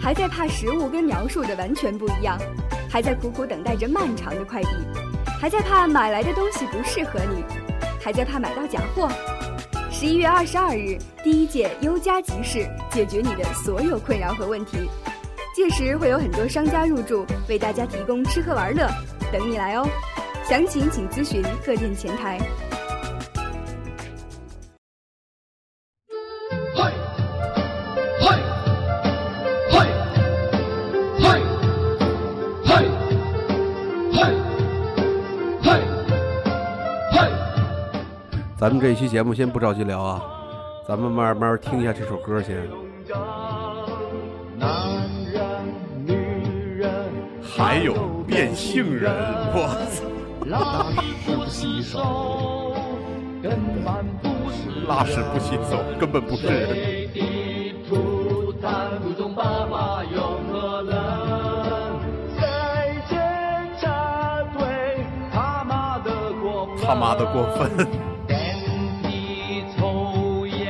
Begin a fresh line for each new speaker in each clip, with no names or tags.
还在怕食物跟描述的完全不一样，还在苦苦等待着漫长的快递，还在怕买来的东西不适合你，还在怕买到假货。十一月二十二日，第一届优家集市解决你的所有困扰和问题，届时会有很多商家入驻，为大家提供吃喝玩乐，等你来哦。详情请咨询各店前台。
嗨，嗨，嗨，嗨，嗨，嗨，嗨，嗨。
咱们这一期节目先不着急聊啊，咱们慢慢听一下这首歌先。
男人、女人，
还有变性人，我操！
拉屎不洗手，根本不是
拉屎不洗手，根本不是人。
谁的吐痰，祖宗爸爸有可能在检查队他妈的过分，
他妈的过分！
电梯抽烟，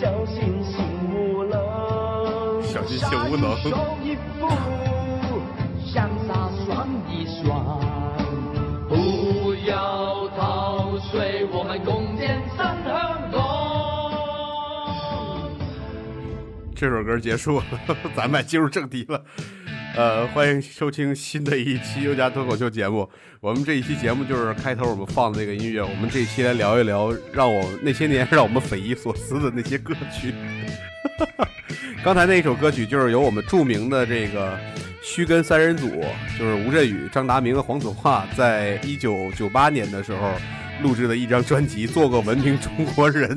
小心心无能，
小心性无能
杀一手一副，像傻爽一爽。不要逃税，我们共建新香港。
这首歌结束了， 咱们进入正题了。呃，欢迎收听新的一期优家脱口秀节目。我们这一期节目就是开头我们放的那个音乐，我们这一期来聊一聊让我那些年让我们匪夷所思的那些歌曲。 刚才那一首歌曲就是由我们著名的这个须根三人组，就是吴镇宇、张达明和黄子华，在一九九八年的时候录制的一张专辑《做个文明中国人》。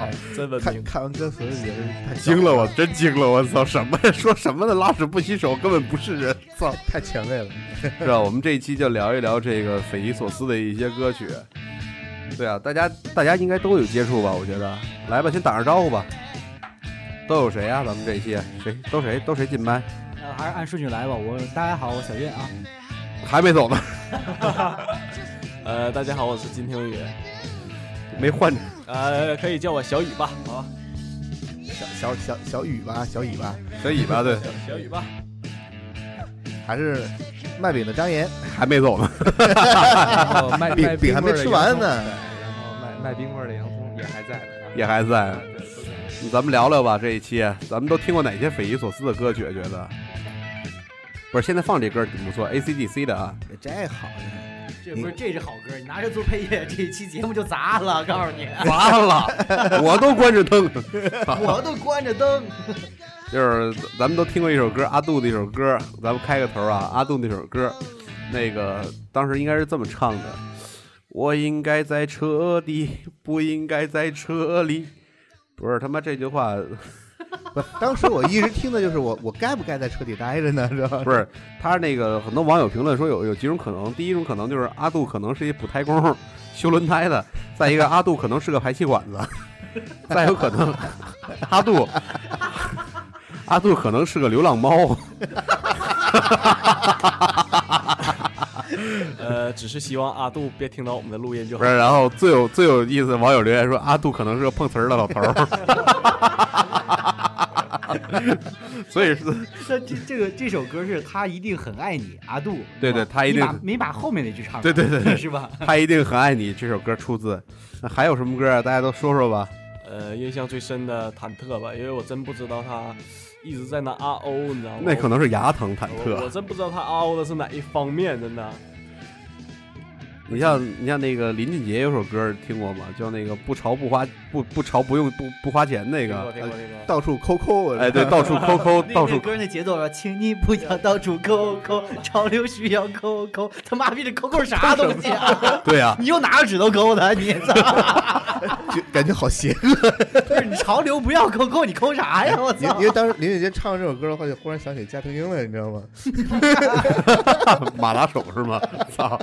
哎，真文
看
明。
看完歌词也是太强
惊了我，真惊了我！操，什么 说什么呢？拉屎不洗手根本不是人，操！
太前卫了。
是吧？我们这一期就聊一聊这个匪夷所思的一些歌曲。对啊，大家大家应该都有接触吧？我觉得，来吧，先打声招呼吧。都有谁啊？咱们这一期谁都谁都谁进麦？
呃，还是按顺序来吧。我大家好，我小月啊。
还没走呢，
呃，大家好，我是金庭宇，
没换。
呃，可以叫我小雨吧，好吧，
小小小小雨吧，小雨吧，
小尾巴对，
小小雨吧。
还是卖饼的张岩，啊
还没走呢。
然后卖
饼
卖
饼还没
冰棍儿的
吃完
洋葱
呢
对然后卖卖冰棍儿的洋葱也还在呢，
也还在
啊对都在
咱们聊聊吧，这一期咱们都听过哪些匪夷所思的歌曲？觉得不是，现在放这歌挺不错，ACDC 的啊。
这好呀，
这不是这是好歌，你拿这做配乐，这一期节目就砸了。告诉你，
完了，我都关着灯。
我都关着灯。
就是咱们都听过一首歌，阿杜的一首歌，咱们开个头啊，阿杜那首歌，那个当时应该是这么唱的：我应该在车底，不应该在车里。不是他妈这句话，
不，当时我一直听的就是我我该不该在车底待着呢，是吧？
不是他那个很多网友评论说有有几种可能，第一种可能就是阿杜可能是一补胎工，修轮胎的；再一个阿杜可能是个排气管子；再有可能阿杜阿杜可能是个流浪猫。
呃，只是希望阿杜别听到我们的录音就
不
好。
是，然后最有最有意思，网友留言说阿杜可能是个碰瓷儿的 老头儿，所以是
这这这个这首歌是他一定很爱你，阿杜。
对
是吧
对他一定
你把没把后面那句唱完。
对对对对
是吧？
他一定很爱你。这首歌出自，那还有什么歌啊？大家都说说吧。
呃，印象最深的忐忑吧，因为我真不知道他一直在那阿欧，你知道吗？
那可能是啊牙疼忐
我
忑。
我真不知道他阿欧的是哪一方面，真的。
你像你像那个林俊杰有首歌听过吗？叫那个不潮不花不不潮不用不不花钱那
听过
个。
听过听过。
到处抠抠，啊我
哎，对，到处抠 抠，
那
到处
那歌那节奏说，啊请你不要到处抠抠，潮流需要抠抠。他妈逼，这抠抠啥东西啊？
对啊，
你又拿着指头抠他，你操！
就感觉好邪恶。
不是你潮流不要抠抠，你抠啥呀？我
因
操
因！为当时林俊杰唱这首歌的话，就忽然想起加藤鹰了，你知道吗？
马拉手是吗？ 操，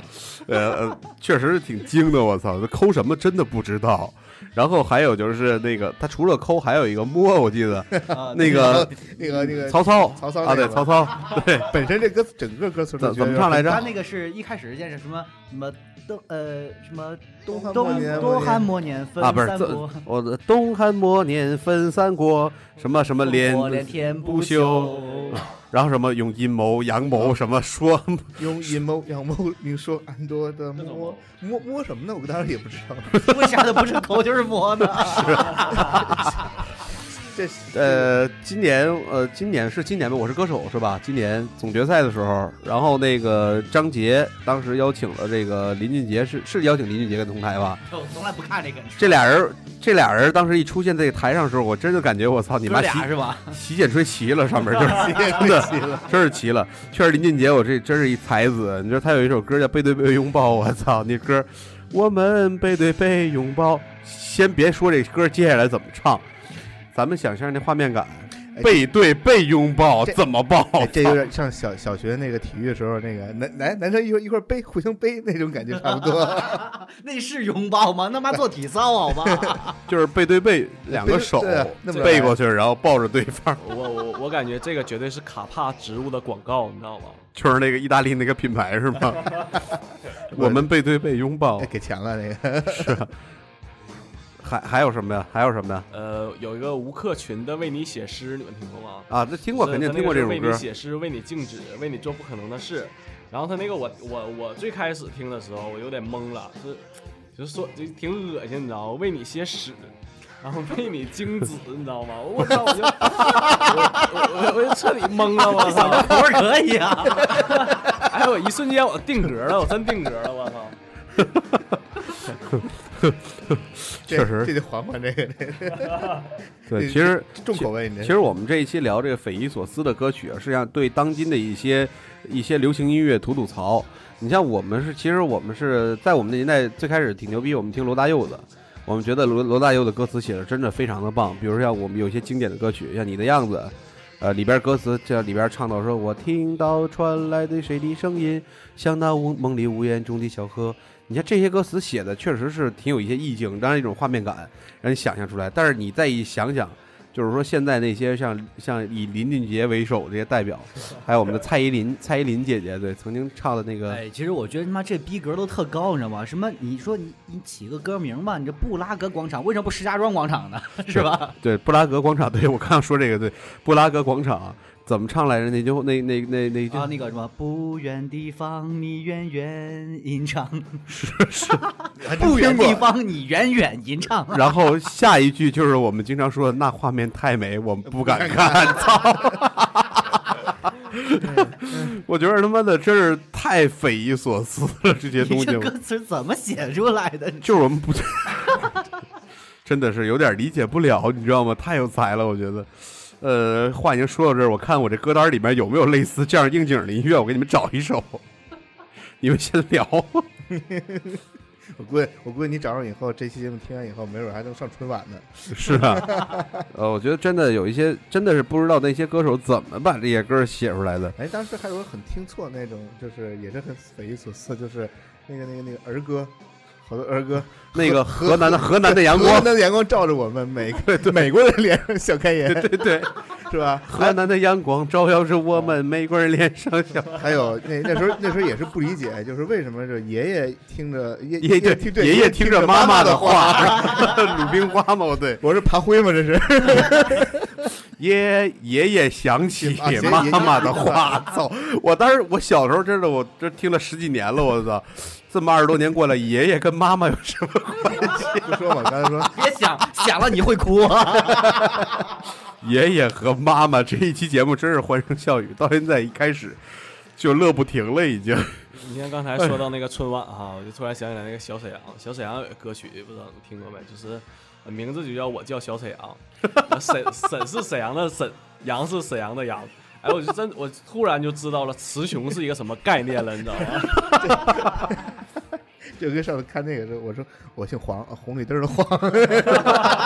呃，呃确实是挺精的，我操，这抠什么真的不知道。然后还有就是那个，他除了抠，还有一个摸，我记得
啊
那个
那个那个
曹操，
曹操
啊，
那
对，
个
曹操，对，
本身这歌词整个歌词
怎怎么唱来
他
着？
那个是一开始先是什么什么东呃什么
东汉末
东
年
东汉末年分
啊，不是
三，
这
国，
我的东汉末年分三国，什么什么连，
我连天
不休，然后什么用阴谋、阳谋，什么说，
用阴谋阳谋，你说安多的摸摸摸什么呢？我当时也不知 道，
为啥的不是口就是魔呢？
这
呃，今年呃，今年是今年吧，我是歌手是吧？今年总决赛的时候，然后那个张杰当时邀请了这个林俊杰，是是邀请林俊杰跟同台吧？
我哦从来不看这个。
这俩人，这俩人当时一出现在台上的时候，我真的感觉我操你
哥
妈
俩
洗
是吧？
洗剪吹齐了，上面 就是真的，真是齐了。确实林俊杰，我这真是一才子。你知道他有一首歌叫《背对背拥抱》，我操，那歌我们背对背拥抱。先别说这歌接下来怎么唱，咱们想象那画面感，
哎
背对背拥抱
这
怎么抱？
哎这有点像小小学那个体育的时候，那个男男男生一会儿一块儿背，互相背那种感觉差 不
哦
多。
那是拥抱吗？他妈做体操好 吧？
就是背对背，两个
背
手
对呃那么
背过去，然后抱着对方，
我我我感觉这个绝对是卡帕植物的广告，你知道吗？
就是那个意大利那个品牌是 吗？我们背对背拥抱
哎，给钱了那个，
还还有什么呀？还有什么呀？
呃，有一个吴克群的《为你写诗》，你们听过吗？
啊，那听过，
是
肯定
他
听
那
过这
个是
首
为
歌
你。写诗，为你静止，为你做不可能的事。然后他那个我我我最开始听的时候，我有点懵了，是就是说就挺恶心，你知道吗？为你写屎。然后为你精子，你知 道吗？我操！我就我我我就彻底懵了，我操！
口味可以啊。
哎，我一瞬间我定格了，我真定格了，我操！
这
确实
这得缓缓这个。这个
对，
这
其实
重口味，你这
其实我们这一期聊这个匪夷所思的歌曲啊，是让对当今的一些一些流行音乐吐吐槽。你像我们是，其实我们是在我们的年代最开始挺牛逼，我们听罗大佑的，我们觉得罗罗大佑的歌词写的真的非常的棒。比如说像我们有一些经典的歌曲，像《你的样子》，呃，里边歌词这里边唱到说：“我听到传来的水滴声音，像那无梦里无言中的小河。”你看这些歌词写的确实是挺有一些意境，当然一种画面感，让你想象出来。但是你再一想想，就是说现在那些像像以林俊杰为首这些 代表，还有我们的蔡依林，蔡依林姐姐 对曾经唱的那个，
哎，其实我觉得他妈这逼格都特高，你知道吗？什么？你说你你起个歌名吧，你这布拉格广场为什么不石家庄广场呢？是吧？
对布拉格广场，对我刚刚说这个对布拉格广场怎么唱来着？那句那那那那句、
啊，那个什么不远地方你远远吟唱，
还真
不远
听过
地方你远远吟唱。 啊
然后下一句就是我们经常说的那画面太美，我们不敢看， 操！我觉得他妈的真是太匪夷所思了，这些东
你
西
这歌词怎么写出来的？
就是我们不，真的是有点理解不了，你知道吗？太有才了，我觉得。呃，话已经说到这儿，我看我这歌单里面有没有类似这样应景的音乐，我给你们找一首， 你们先聊。
我估计，我估计你找上以后，这期节目听完以后，没准还能上春晚呢。
是啊，呃，我觉得真的有一些，真的是不知道那些歌手怎么把这些歌写出来的。
哎，当时还有很听错那种，就是也是很匪夷所思，就是那个那个那个儿歌，好多儿歌，
那个河南的河南的阳
河
光
南，的阳光照着我们，每 个美国人脸上小开颜，
对对，
是吧？
河南的阳光照耀着我们每个人脸上 笑。
还有那那时候那时候也是不理解，就是为什么是爷爷听着爷
爷
爷
爷
听
爷爷听着妈妈
的
的，话， 鲁冰花嘛，对。
我是爬灰吗？这是
爷爷爷想起
啊爷
妈
爷
妈的话，操！我当时我小时候真的，我这听了十几年了，我操！这么二十多年过来，爷爷跟妈妈有什么？
就说嘛，刚才说
别想 想了你会哭啊！
爷爷和妈妈这一期节目真是欢声笑语，到现在一开始就乐不停了，已 经。
你像刚才说到那个春晚哈，我就突然想起来那个小沈阳，小沈阳有个歌曲，不知道你听过没？就是呃名字就叫我叫小沈阳，呃沈沈是沈阳的沈，阳是沈阳的阳。哎，我就真我突然就知道了雌雄是一个什么概念了，你知道吗？
就跟上次看那个时候，我说我姓黄，啊红绿灯的黄，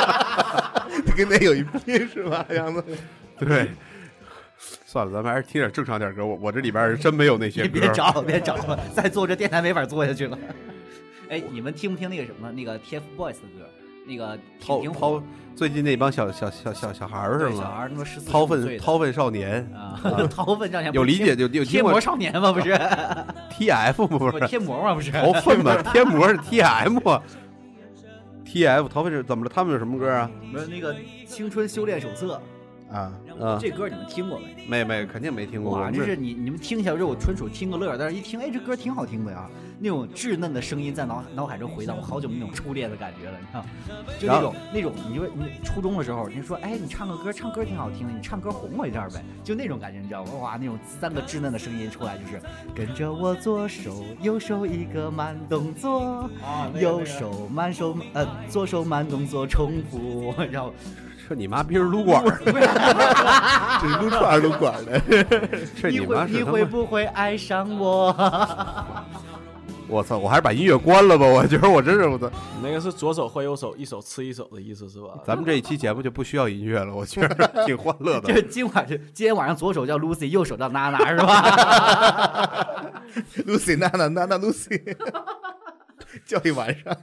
跟那有一拼是吧？杨子，
对，算了，咱们还是听点正常点歌。我我这里边真没有那些
你
歌。
别找了，别找了， 再做这电台没法做下去了。哎，你们听不听那个什么那个 TFBOYS 的歌？那个挺
掏
挺火
掏最近那帮小小小小小孩儿是
对小孩
吗？
儿他妈十四
掏粪掏粪少年
啊， 掏粪少年不
有
是
理
贴
解就有
贴
听
膜
过
少年吗？不是
TF 吗？不
不
是
贴膜吗？不是
掏粪 吗？贴膜是 TM，TF 掏粪是怎么了？他们有什么歌啊？
不是那个青春修炼手册，
啊，
啊
这歌你们听过没？
妹妹肯定没听过，我
哇，
们
这是
这
你你们听一下，这我纯属听个乐儿，但是一听，哎，这歌挺好听的呀，那种稚嫩的声音在脑脑海中回荡，我好久没有那种初恋的感觉了，你知道吗？就那
然后
种那种，你说你初中的时候，你说，哎，你唱个歌，唱歌挺好听的，你唱歌哄我一下呗，就那种感觉，你知道吗？哇，那种三个稚嫩的声音出来，就是跟着我左手右手一个慢动作，啊右手慢手呃左手慢动作重复，然后
这你妈逼是撸管儿，
这撸串儿撸管儿的，
这
你
妈
会
是
你
他
会
妈！
不会爱上我？
我操！我还是把音乐关了吧，我觉得我真是我操！
你那个是左手换右手，一手吃一手的意思是吧？啊
咱们这一期节目就不需要音乐了，我觉 得挺欢乐
这
的。
今晚是今天晚上左手叫 Lucy，右手叫娜娜是 吧？
Lucy 娜娜娜娜 Lucy，叫一晚上。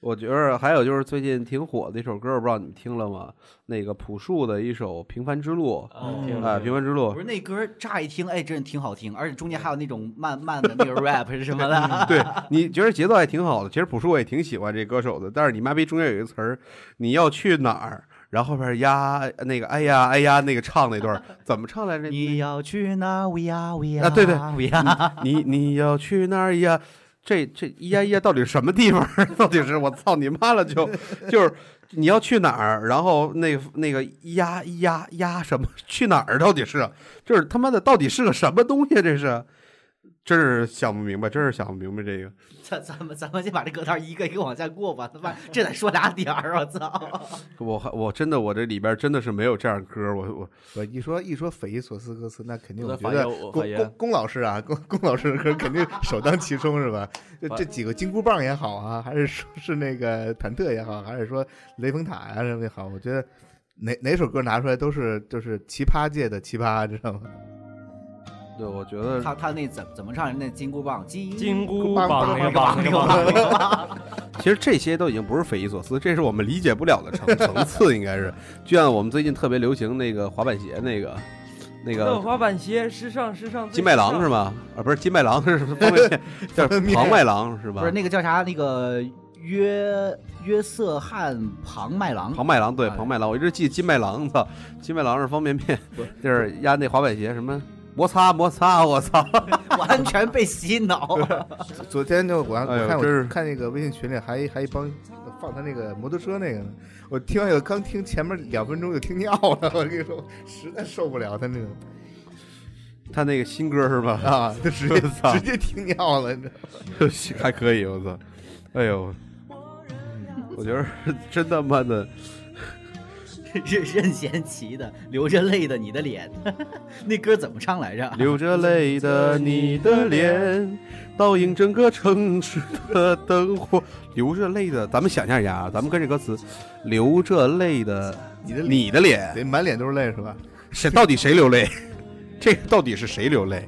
我觉得还有就是最近挺火的一首歌，我不知道你们听了吗？那个朴树的一首《平凡之路》
啊，听
啊，
了
《平
听了
凡之路
不》是那歌乍一听，哎，真是挺好听，而且中间还有那种慢慢的那个 rap 是什么的，
对，你觉得节奏还挺好的。其实朴树我也挺喜欢这歌手的，但是你妈逼中间有一个词儿，你要去哪儿？然后后边呀，那个哎呀哎呀那个唱那段儿怎么唱来着？
你要去哪儿？We are we are
啊对对
we are。
你你要去哪儿呀？这这咿呀咿呀，到底是什么地方？ 到底是我操你妈了就！就是你要去哪儿，然后那个那个咿呀咿呀咿呀什么去哪儿？到底是就是他妈的到底是个什么东西？啊这是真是想不明白，真是想不明白这个。
咱咱们咱们先把这歌单一个一个往下过吧，他妈这得说俩点儿，我操！
我还我真的我这里边真的是没有这样的歌，我我
我一说一说匪夷所思歌词，那肯定
我
我
在
觉
发
得
言我
龚
发言
龚龚老师啊，龚龚老师的歌肯定首当其冲是吧？就
发
这几个金箍棒也好啊，还是说是那个忐忑也好，还是说雷峰塔呀、什么也好，我觉得哪哪首歌拿出来都是就是奇葩界的奇葩，知道吗？
对我觉得
他他那怎怎么唱？那金箍棒，金
金箍
棒
棒
棒
那个
棒
棒那个 棒，
其实这些都已经不是匪夷所思，这是我们理解不了的层层次，应该是就像我们最近特别流行那个滑板鞋那个那个
滑板鞋，时尚时尚。
金麦郎是吗？啊，不是金麦郎是方便面，叫
方便面
庞麦郎是吧？
不是那个叫啥？那个约约瑟翰庞麦郎，
庞麦郎，对
哎
庞麦郎，我一直记金麦郎，操，金麦郎是方便面，就是压那滑板鞋什么摩擦摩擦， 我操，
完全被洗脑。
昨天就我还
哎呦
我看我
真是
看那个微信群里还还一帮放他那个摩托车那个呢，我听完以后刚听前面两分钟就听尿了，我跟你说，实在受不了他那个
他那个新歌是吧？
啊，就直接
操
直接听尿了，你知道吗？
还可以，我操，哎呦，我觉得真他妈的，
任任贤齐的《流着泪的你的脸》， 那歌怎么唱来着？
流着泪的你的脸，倒映整个城市的灯火，流着泪的，咱们想象一下啊，咱们跟这歌词，流着泪的
你的
你的脸。
得满脸都是泪是吧？
谁到底谁流泪？ 这个到底是谁流泪？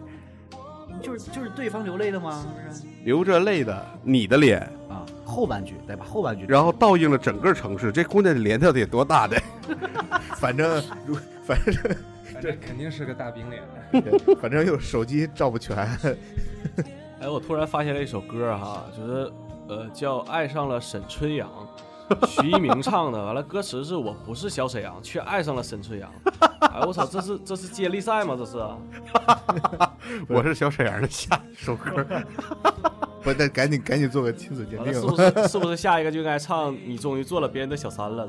就是就是对方流泪了吗？不是
流着泪的你的脸，
啊，后半句对吧？后半句，
然后倒映了整个城市。这姑娘的脸到底多大的？
反正如反正
这肯定是个大饼脸。
反正又手机照不全，
哎，我突然发现了一首歌哈，就是呃叫《爱上了沈 春阳》，徐一鸣唱的。完了，歌词是我不是小沈阳，却爱上了沈春阳。哎，我操，这是这是接力赛吗？这是？
我是小沈阳的下一首歌，
不，那赶紧赶紧做个亲子鉴
完了，
定
是。不是是不是下一个就应该唱你终于做了别人的小三了？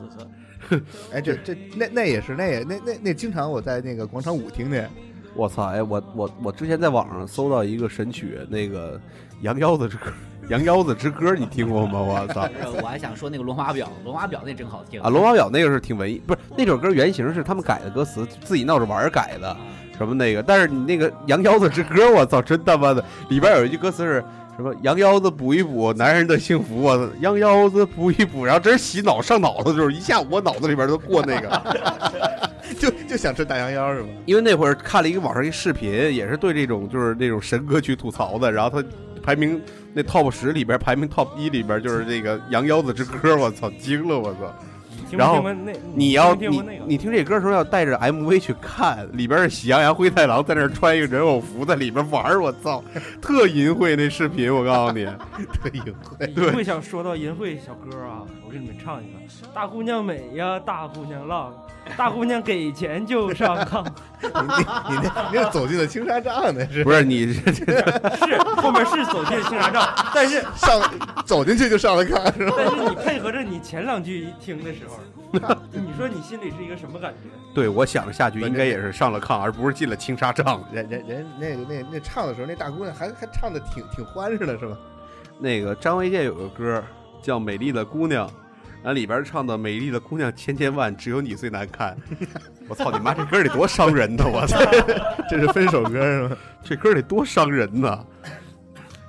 这是？
哎，这这那那也是，那也那那那经常我在那个广场舞听见，
我操！哎，我我我之前在网上搜到一个神曲，那个《羊腰子之歌》，《羊腰子之歌》，你听过吗？我操！
不是呃我还想说那个《龙马表》，《龙马表》那真好听
啊，龙王表那个是挺文艺，不是那首歌原型是他们改的歌词，自己闹着玩儿改的，什么那个，但是你那个羊腰子之歌，我操，真他妈的，里边有一句歌词是什么“羊腰子补一补男人的幸福”，我操，羊腰子补一补，然后真是洗脑上脑子，就是一下午我脑子里边都过那个，
就就想吃大羊腰是吧？
因为那会儿看了一个网上一视频，也是对这种就是那种神歌曲吐槽的，然后他排名那 top 十里边排名 top 一里边就是这个《羊腰子之歌》，我操，惊了，我操！
听
然后
没听过那？
你要
嗯听没
你
听过那个？
你听这歌的时候要带着 MV 去看，里边是喜羊羊、灰太狼在那儿穿一个人偶服在里边玩儿，我操，特淫秽那视频，我告诉 你，
特隐晦。
淫秽想说到淫秽小歌啊，我给你们唱一个：大姑娘美呀，大姑娘浪，大姑娘给钱就上 炕。
你那你那走进了青纱帐那是
不是你这这
是后面是走进青纱帐，但是
上走进去就上了炕是吧？
但是你配合着你前两句一听的时候， 你说你心里是一个什么感觉？
对我想着下去应该也是上了炕，而不是进了青纱帐。
人人人那个那那唱的时候，那大姑娘还还唱的挺挺欢实的是吧？
那个张卫健有个歌叫《美丽的姑娘》，然后里边唱的“美丽的姑娘千千万，只有你最难看”，我操你妈，这歌得多伤人呐！ 我操，
这是分手歌是吗？
这歌得多伤人呐！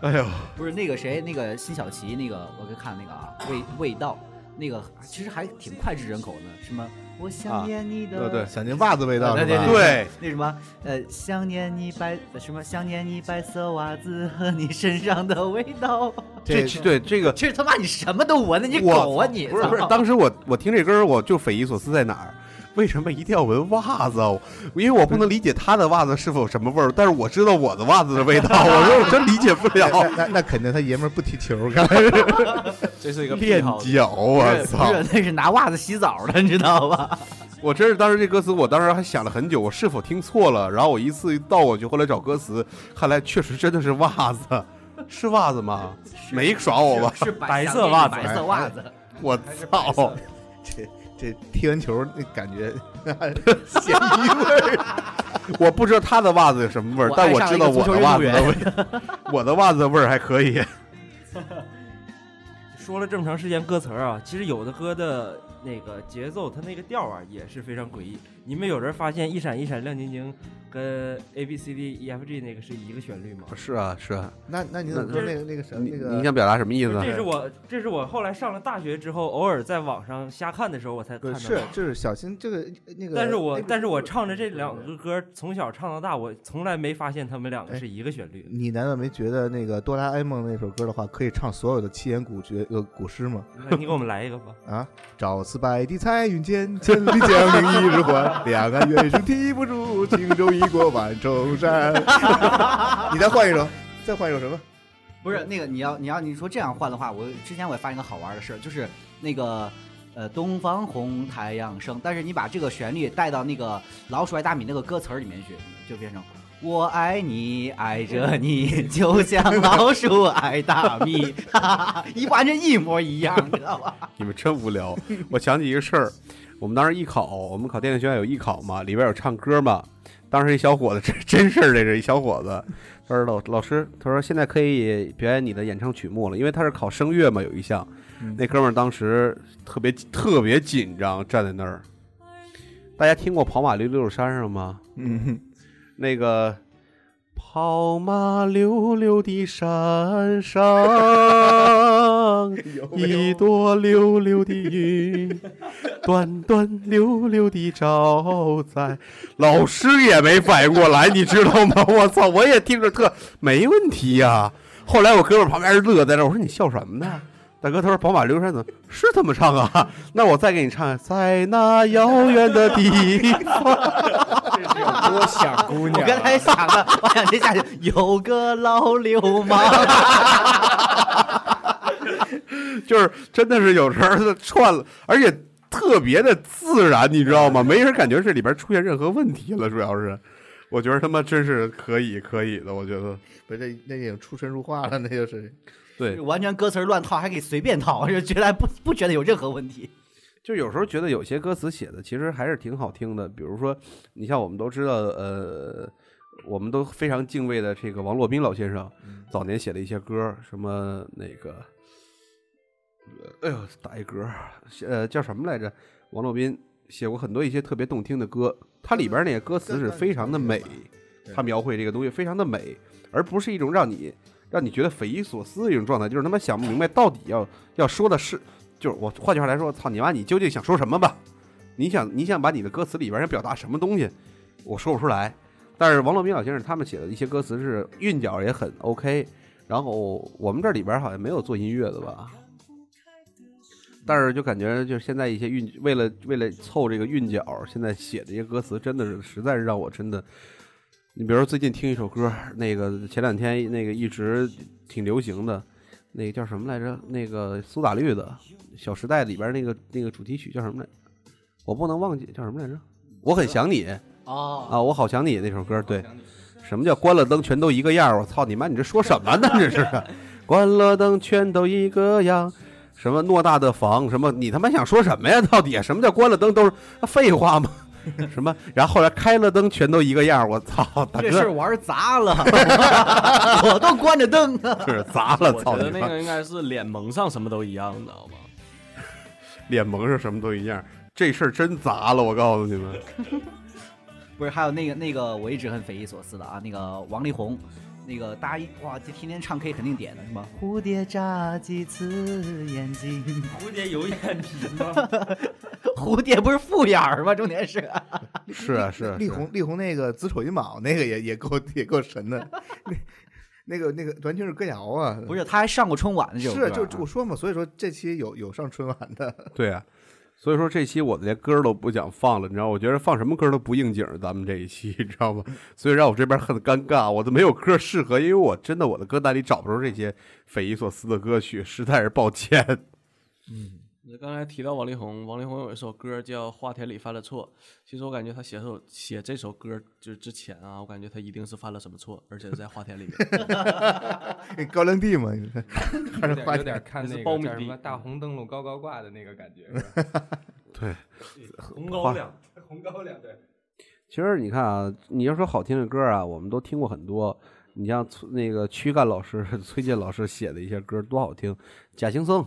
哎呦，
不是那个谁，那个辛晓琪，那个我给看那个啊，味味道，那个其实还挺脍炙人口的，什么我想念你的，
啊对对
想念袜子味道是吧？
对
对，
那什么呃，想念你白呃什么，想念你白色袜子和你身上的味道。
这
这
对这个
其实他妈你什么都闻的，你
我
狗啊你！
不是不是
操，
当时我我听这歌儿我就匪夷所思在哪儿？为什么一定要闻袜子啊？我因为我不能理解他的袜子是否有什么味儿，但是我知道我的袜子的味道。我说我真理解不
那
了。
那那肯定他爷们儿不踢球，刚才是
这是一个癖
练
好。
脚，我
不
操！
是那是拿袜子洗澡的，你知道吧？
我真是当时这歌词，我当时还想了很久，我是否听错了？然后我一次到我就后来找歌词，看来确实真的是袜子，是袜子吗？ 没耍我吧？
是白
白色袜子
白色袜子。哎
我操！
这这踢完球那感觉咸逼味儿，
我不知道他的袜子有什么味儿，
我
但
爱
我
上
知
了一个
道
足
我
球
的
运
袜子
动
的味， 我的袜子的味儿还可以。
说了这么长时间歌词儿啊，其实有的歌的那个节奏，它那个调儿啊也是非常诡异。你们有人发现“一闪一闪亮晶晶”跟 A B C D E F G 那个是一个旋律吗？
是啊，是啊，
那那你怎么说那个那个什么
你
那
你
个？
想表达什么意思？
这是我，这是我后来上了大学之后，偶尔在网上瞎看的时候，我才看到。
是，就是小心这个那个。
但是我
那个
但是我唱着这两个歌，从小唱到大，我从来没发现他们两个是一个旋律。
你难道没觉得那个哆啦 A 梦那首歌的话，可以唱所有的七言古绝呃古诗吗？
那你给我们来一个吧。
啊，朝辞白帝彩云间，千里江陵一日还。两岸猿声啼不住，轻舟已过万重山。 你再换一首，再换一首什么？
不是那个，你要你要你说这样换的话，我之前我也发现个好玩的事儿，就是那个呃“东方红，太阳升”，但是你把这个旋律带到那个《老鼠爱大米》那个歌词儿里面去，就变成“我爱你，爱着你，就像老鼠爱大米”，哈哈哈，一完全一模一样，你知道 吧？
你们真无聊。我想起一个事儿，我们当时艺考，我们考电影学院有艺考嘛，里边有唱歌嘛。当时一小伙子， 真真事儿，这是一小伙子，他说老老师，他说现在可以表演你的演唱曲目了，因为他是考声乐嘛，有一项。
嗯
那哥们儿当时特别特别紧张，站在那儿。大家听过《跑马溜溜山上》吗？
嗯，
那个跑马溜溜的山上，一朵溜溜的云，端端溜溜的照在。老师也没反应过来，你知道吗？ 我操，我也听着特没问题呀、后来我哥们儿旁边乐在那儿，我说你笑什么呢？大哥，他说宝马流山怎么是这么唱啊？ 那我再给你唱，在那遥远的地 方。
多想姑娘、我啊刚才想了，我想接下去有个老流氓，
就是真的是有时候串了，而且特别的自然，你知道吗？没人感觉这里边出现任何问题了，主要是。我觉得他妈真是可以可以的，我觉得
不是这那已经出神入化了，那就是
对，
完全歌词儿乱套，还可以随便套， 就觉得不不觉得有任何问题。
就有时候觉得有些歌词写的其实还是挺好听的，比如说你像我们都知道，呃，我们都非常敬畏的这个王洛宾老先生，早年写的一些歌，什么那个，呃哎呦打一嗝，呃叫什么来着？王洛宾写过很多一些特别动听的歌，它里边那个歌词是非常的美，它描绘这个东西非常的美，而不是一种让你让你觉得匪夷所思的一种状态，就是他妈想不明白到底要要说的是就是我换句话来说，操你妈，你究竟想说什么吧？你想你想把你的歌词里边想表达什么东西，我说不出来。但是王洛宾老先生他们写的一些歌词是韵脚也很 OK，然后我们这里边好像没有做音乐的吧，但是就感觉就是现在一些韵，为了为了凑这个韵脚，现在写的这些歌词真的是实在是让我真的，你比如说最近听一首歌，那个前两天那个一直挺流行的，那个叫什么来着？那个苏打绿的《小时代》里边那个那个主题曲叫什么来着？我不能忘记叫什么来着？我很想你
哦，
啊，我好想你那首歌，对。什么叫关了灯全都一个样儿？我操你妈！你这说什么呢？这是关了灯全都一个样。什么偌大的房？什么你他妈想说什么呀？到底什么叫关了灯都是啊废话吗？ 什么？然后后来开了灯全都一个样儿。我操，大
这
哥
事儿玩砸了， 我都关着灯 呢。
是砸了，
我
操
觉
你
得
妈
那！个应该是脸蒙上什么都一样，你知道吗？
脸蒙上什么都一样，这事儿真砸了，我告诉你们。
不是，还有那个那个，我一直很匪夷所思的啊，那个王力宏，那个大家一哇，这天天唱 K 肯定点的是吗？蝴蝶眨几次眼睛，
蝴蝶有眼皮吗？
蝴蝶不是复眼儿吗？重点 是，
是啊，是啊，
力
是啊
宏力宏那个子丑寅卯那个也也够也够神的，那那个那个完全是歌谣啊，
不是他还上过春晚的这种歌
是
啊，
就就我说嘛，所以说这期有有上春晚的，
对啊。所以说这期我连歌儿都不想放了，你知道？我觉得放什么歌儿都不应景儿，咱们这一期， 你知道吗？所以让我这边很尴尬，我都没有歌儿适合，因为我真的我的歌单里找不着这些匪夷所思的歌曲，实在是抱歉。
你刚才提到王力宏，王力宏有一首歌叫《花田里犯了错》。其实我感觉他写首写这首歌就是之前啊，我感觉他一定是犯了什么错，而且是在花田里面。
哎高粱地嘛，还是
有点
花
有点看
那
那
是
个
苞米
叫什
地嗯
么“大红灯笼高高挂”的那个感觉，是 吧
对，
红高粱，
红高粱对。
其实你看啊，你要说好听的歌啊，我们都听过很多。你像崔那个曲干老师、 崔健老师写的一些歌多好听，《假行僧》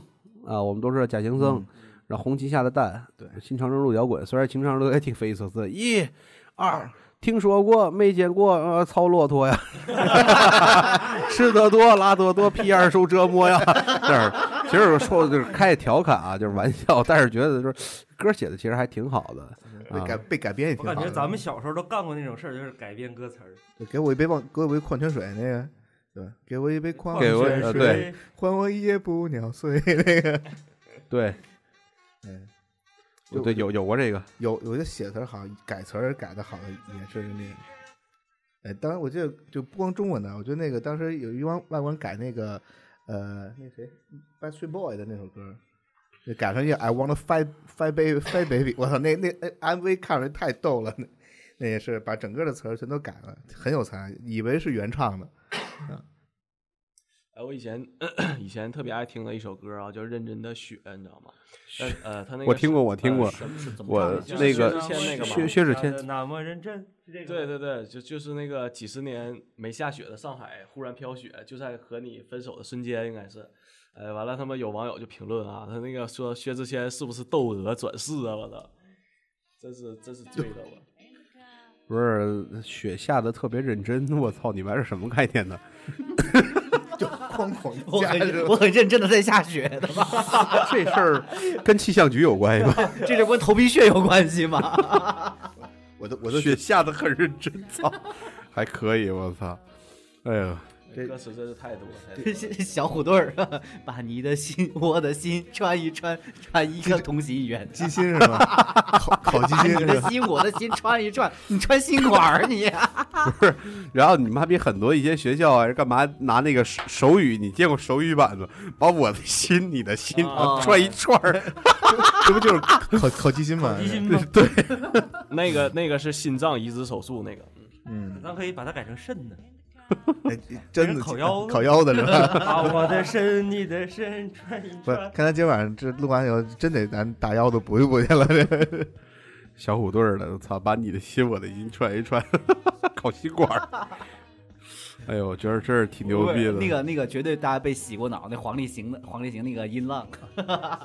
啊，我们都知道《假行僧》然后《红旗下的蛋》，对，《新长征路摇滚》，虽然《新长征路》 也挺匪夷所思的，一、二，听说过没见过，呃，操骆驼呀， 吃得多，拉得多，屁眼儿受折磨呀， 这儿其实我说的就是开调侃啊，就是玩笑，但是觉得就是歌写的其实还挺好的，
被改被改编也
我
挺好
感
的。
觉咱们小时候都干过那种事儿，就是改编歌词儿。
对给我一杯矿，给我一杯矿泉水那个，对，给我一杯矿
给
泉
我
水，
呃对
对，
还我一夜不鸟 碎那个。
对，
嗯，
我对，有有过这个。
有有的写词儿好，改词儿改的好的也是那个。哎，当然我记得就不光中文的，我觉得那个当时有一帮外国人改那个，呃，那谁，Backstreet Boy 的那首歌，就改成一个 I wanna fight fight baby fight baby，我操，那那那 MV 看着太逗了，那那也是把整个的词儿全都改了，很有才，以为是原唱的。
哎，我以前 以前特别爱听的一首歌啊，叫《认真的雪》，你知道吗？但呃，他那个
我听过，
是
我听过
呃，什么是怎么
我
唱的就是
那
薛
个
之谦那个嘛
薛薛之谦
他的呃那么认真，是这个
对对对，就就是那个几十年没下雪的上海忽然飘雪，就在和你分手的瞬间，应该是。呃，完了，他们有网友就评论啊，他那个说薛之谦是不是窦娥转世啊？我操，真是真是醉了我！
不是雪下的特别认 真，我操，你玩是什么概念 呢？
就哐 哐
我
加
很
热
我很认真的在下雪 的嘛，
这事儿跟气象局有关系吧？
这事儿不跟头皮屑有关系吗？
我都我都觉
雪
得
下的很认真，操，还可以，我操，哎呀，
这
歌词真是太多太多了。
小虎队儿， 把你的心，我的心穿一穿，穿一个同心圆。
鸡心是吧？烤烤鸡心
你
是
的
吧？
心，我的心穿一串， 你穿心管 儿你。
然后你妈逼很多一些学校啊，干嘛拿那个手手语？你见过手语版吗？把我的心、你的心
啊
串一串儿，
这不就是烤烤鸡心吗？
一心吗？
那个那个是心脏移植手术那个，
嗯，
咱可以把它改成肾呢。
哎，真的
人烤腰子
烤腰子是吧？
把我的身，你的身穿一
不是
穿，。
看他今晚上这录完以后，真得咱大腰子补一补去了。这
小虎队儿的，我操，把你的心、我的心串一 串，烤吸管儿。哎呦，我觉得这是挺牛逼的。
那个那个绝对大家被洗过脑，那黄立行的黄立行那个音浪，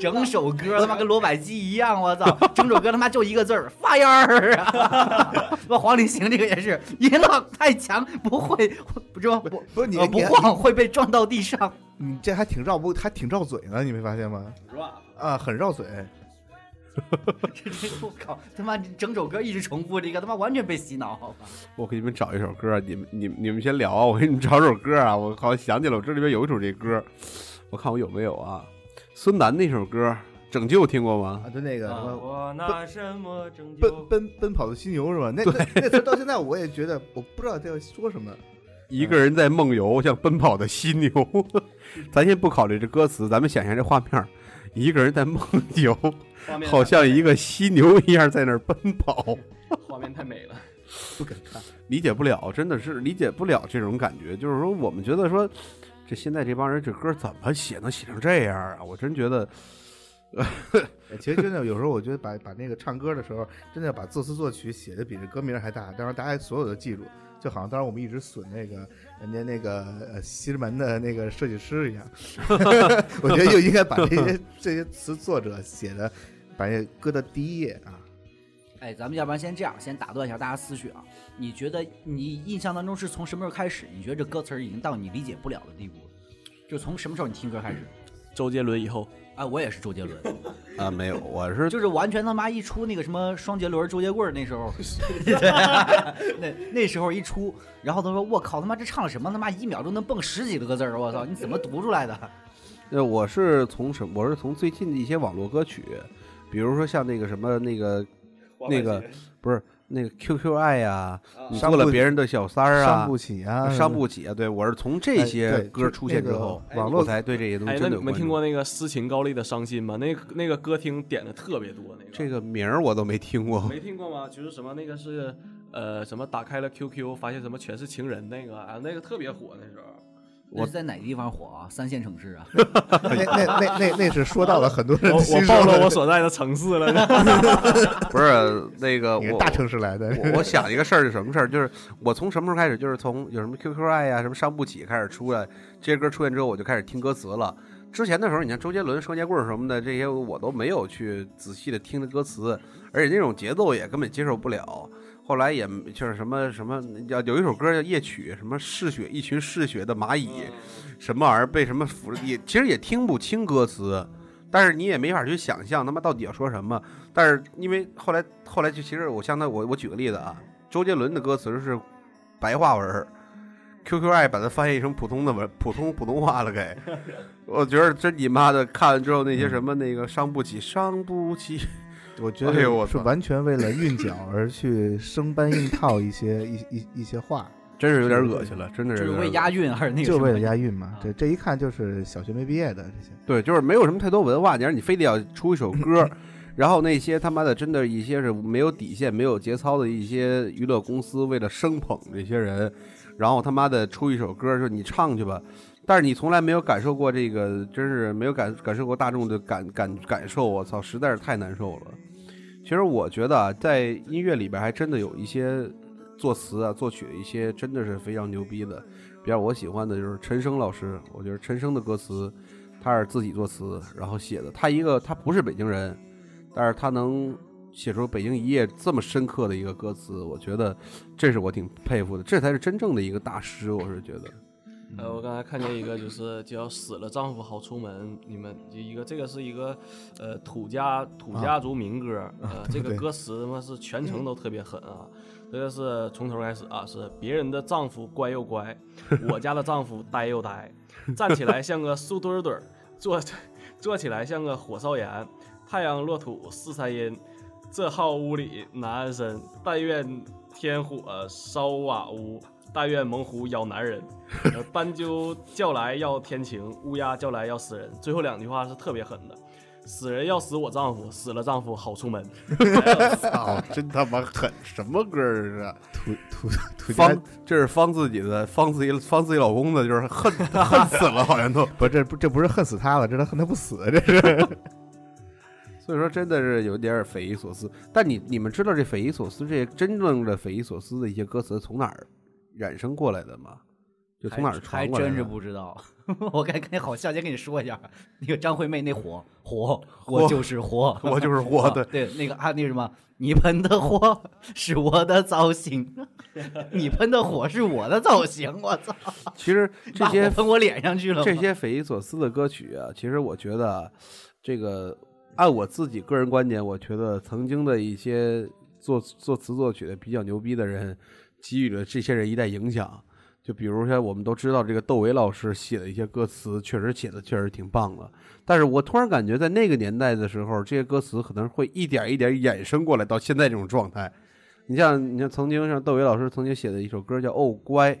整首歌他妈跟罗百吉一样，我操， 整首歌他妈就一个字儿发烟儿 啊！我黄立行这个也是音浪太强，不会不是吧不
啊不是你
呃不
你
晃会被撞到地上。
你这还挺绕不，还挺绕嘴呢，你没发现吗？啊，很绕嘴。
我靠，他妈整首歌一直重复这个，他妈完全被洗脑，好吧？
我给你们找一首歌，你们你们你们先聊啊，我给你们找首歌啊，我好像想起了，我这里边有一首这歌，我看我有没有啊？孙楠那首歌《拯救》听过吗
啊，？就那个什么
我拿什么拯救
奔？奔奔跑的犀牛是吧？那那那词儿到现在我也觉得我不知道他要说什么。
一个人在梦游，像奔跑的犀牛。 咱先不考虑这歌词，咱们想象这画面儿，一个人在梦游，
画面
好像一个犀牛一样在那儿奔跑。
画面太美了。
理解不了，真的是理解不了这种感觉。就是说，我们觉得说，这现在这帮人这歌怎么写能写成这样啊？我真 觉得，
其实真的有时候我觉得把把那个唱歌的时候，真的要把作词作曲写的比这歌名还大，让大家所有都记住。就好像当时我们一直损那个人家那个呃西直门的那个设计师一样， 我觉得就应该把这些这些词作者写的，把这搁到第一页啊。
哎，咱们要不然先这样，先打断一下大家思绪啊。你觉得你印象当中是从什么时候开始？你觉得这歌词儿已经到你理解不了的地步了？就从什么时候你听歌开始？
周杰伦以后，
啊，我也是周杰伦，
啊，没有，我是
就是完全他妈一出那个什么双杰伦、周杰棍儿那时 候，那那时候一出，然后他说我靠他妈这唱什么他妈一秒钟能蹦十几个字儿，我操你怎么读出来的？
呃，我是从什我是从最近的一些网络歌曲，比如说像那个什么那个那个不是那个 QQ 爱呀，
啊
你
伤
做了
不
啊别人的小三儿
伤
啊
不，起啊，
伤不起啊，对我是从这
哎
些
对
歌
就
出现之
那个
哎
后，
网
我
络
才对这些东西
哎，
真的
那你
有
们
关
听
注
过那个斯琴高丽的《伤心》吗？那个那个歌厅点的特别多，那个
这个名儿我都没听过，
没听过吗？就是什么那个是呃什么打开了 QQ 发现什么全是情人那个啊，那个特别火那时候。
我在哪个地方火啊？三线城市啊？
那那那那那是说到了很多人
我
的心
我
声
暴露我所在的城市了，
不是那个
你是
我
大城市来的，
我我想一个事儿是什么事儿？就是我从什么时候开始，就是从有什么 QQ 爱呀、啊什么伤不起开始出来，这些歌出现之后，我就开始听歌词了。之前的时候，你看周杰伦、双截棍什么的，这些我都没有去仔细的听的歌词，而且那种节奏也根本接受不了。后来也就是什么什么，要有一首歌叫《夜曲》，什么嗜血，一群嗜血的蚂蚁，什么玩意儿被什么俘，也其实也听不清歌词，但是你也没法去想象他妈到底要说什么。但是因为后来后来就其实我相当我我举个例子啊，周杰伦的歌词是白话文儿，QQ 爱把它翻译成普通的文普通普通话了 给。我觉得真你妈的看了之后那些什么那个伤不起伤不起，
我觉
哎呦我
得是
操
完全为了韵脚而去生搬硬套一些一一一些话，
真是有点恶心了，真的
就是是
有点
为
恶
押韵还是 那个？
就为了押。韵嘛。这这一看就是小学没毕业的这些。
对，就是没有什么太多文化，你让你非得要出一首歌儿，然后那些他妈的真的一些是没有底线、没有节操的一些娱乐公司，为了生捧这些人，然后他妈的出一首歌儿说你唱去吧，但是你从来没有感受过这个，真是没有感感受过大众的感感感受，我操，实在是太难受了。其实我觉得啊，在音乐里边还真的有一些作词啊、作曲的一些真的是非常牛逼的，比较我喜欢的就是陈升老师，我觉得陈升的歌词。他是自己作词，然后写的。他一个他不是北京人，但是他能写出《北京一夜》这么深刻的一个歌词，我觉得这是我挺佩服的，这才是真正的一个大师。我是觉得，
呃，我刚才看见一个，就是叫“死了丈夫好出门”，你们就一个这个是一个，呃，土家土家族民歌，呃，这个
对
歌词他妈是全程都特别狠啊。这个是从头开始啊，是别人的丈夫乖又乖，我家的丈夫呆又呆，站起来像个树墩儿墩儿，坐 坐起来像个火烧岩，太阳落土四三阴，这号屋里难安身，但愿天火烧瓦屋，但愿猛虎咬男人。呃斑鸠叫来要天晴，乌鸦叫来要死人。最后两句话是特别狠的，死人要死我丈夫，死了丈夫好出门。
操，真他妈狠，什么歌儿啊这是？
土土土家
方这是方自己的，方自己方自己老公的，就是恨恨死了，好像都。
不是这不这不是恨死他了，这是恨他不死，这是
所以说真的是有点儿匪夷所思。但你你们知道这匪夷所思，这些真正的匪夷所思的一些歌词从哪儿衍生过来的吗？就从哪儿传
还
过来的？
真是不知道，我该跟好笑，先跟你说一下，那个张惠妹那火火，我就是火，
我就是火
啊
对
对，那个啊，那个什么，你喷的火是我的造型，你喷的火是我的造型，我操，
其实这
把
些
火喷我脸上去了吗，
这些匪夷所思的歌曲啊，其实我觉得啊这个按我自己个人观点，我觉得曾经的一些作作词作曲的比较牛逼的人，给予了这些人一代影响。就比如说，我们都知道这个窦唯老师写的一些歌词，确实写的确实挺棒的。但是我突然感觉，在那个年代的时候，这些歌词可能会一点一点衍生过来，到现在这种状态。你像，你像曾经像窦唯老师曾经写的一首歌叫《哦乖》，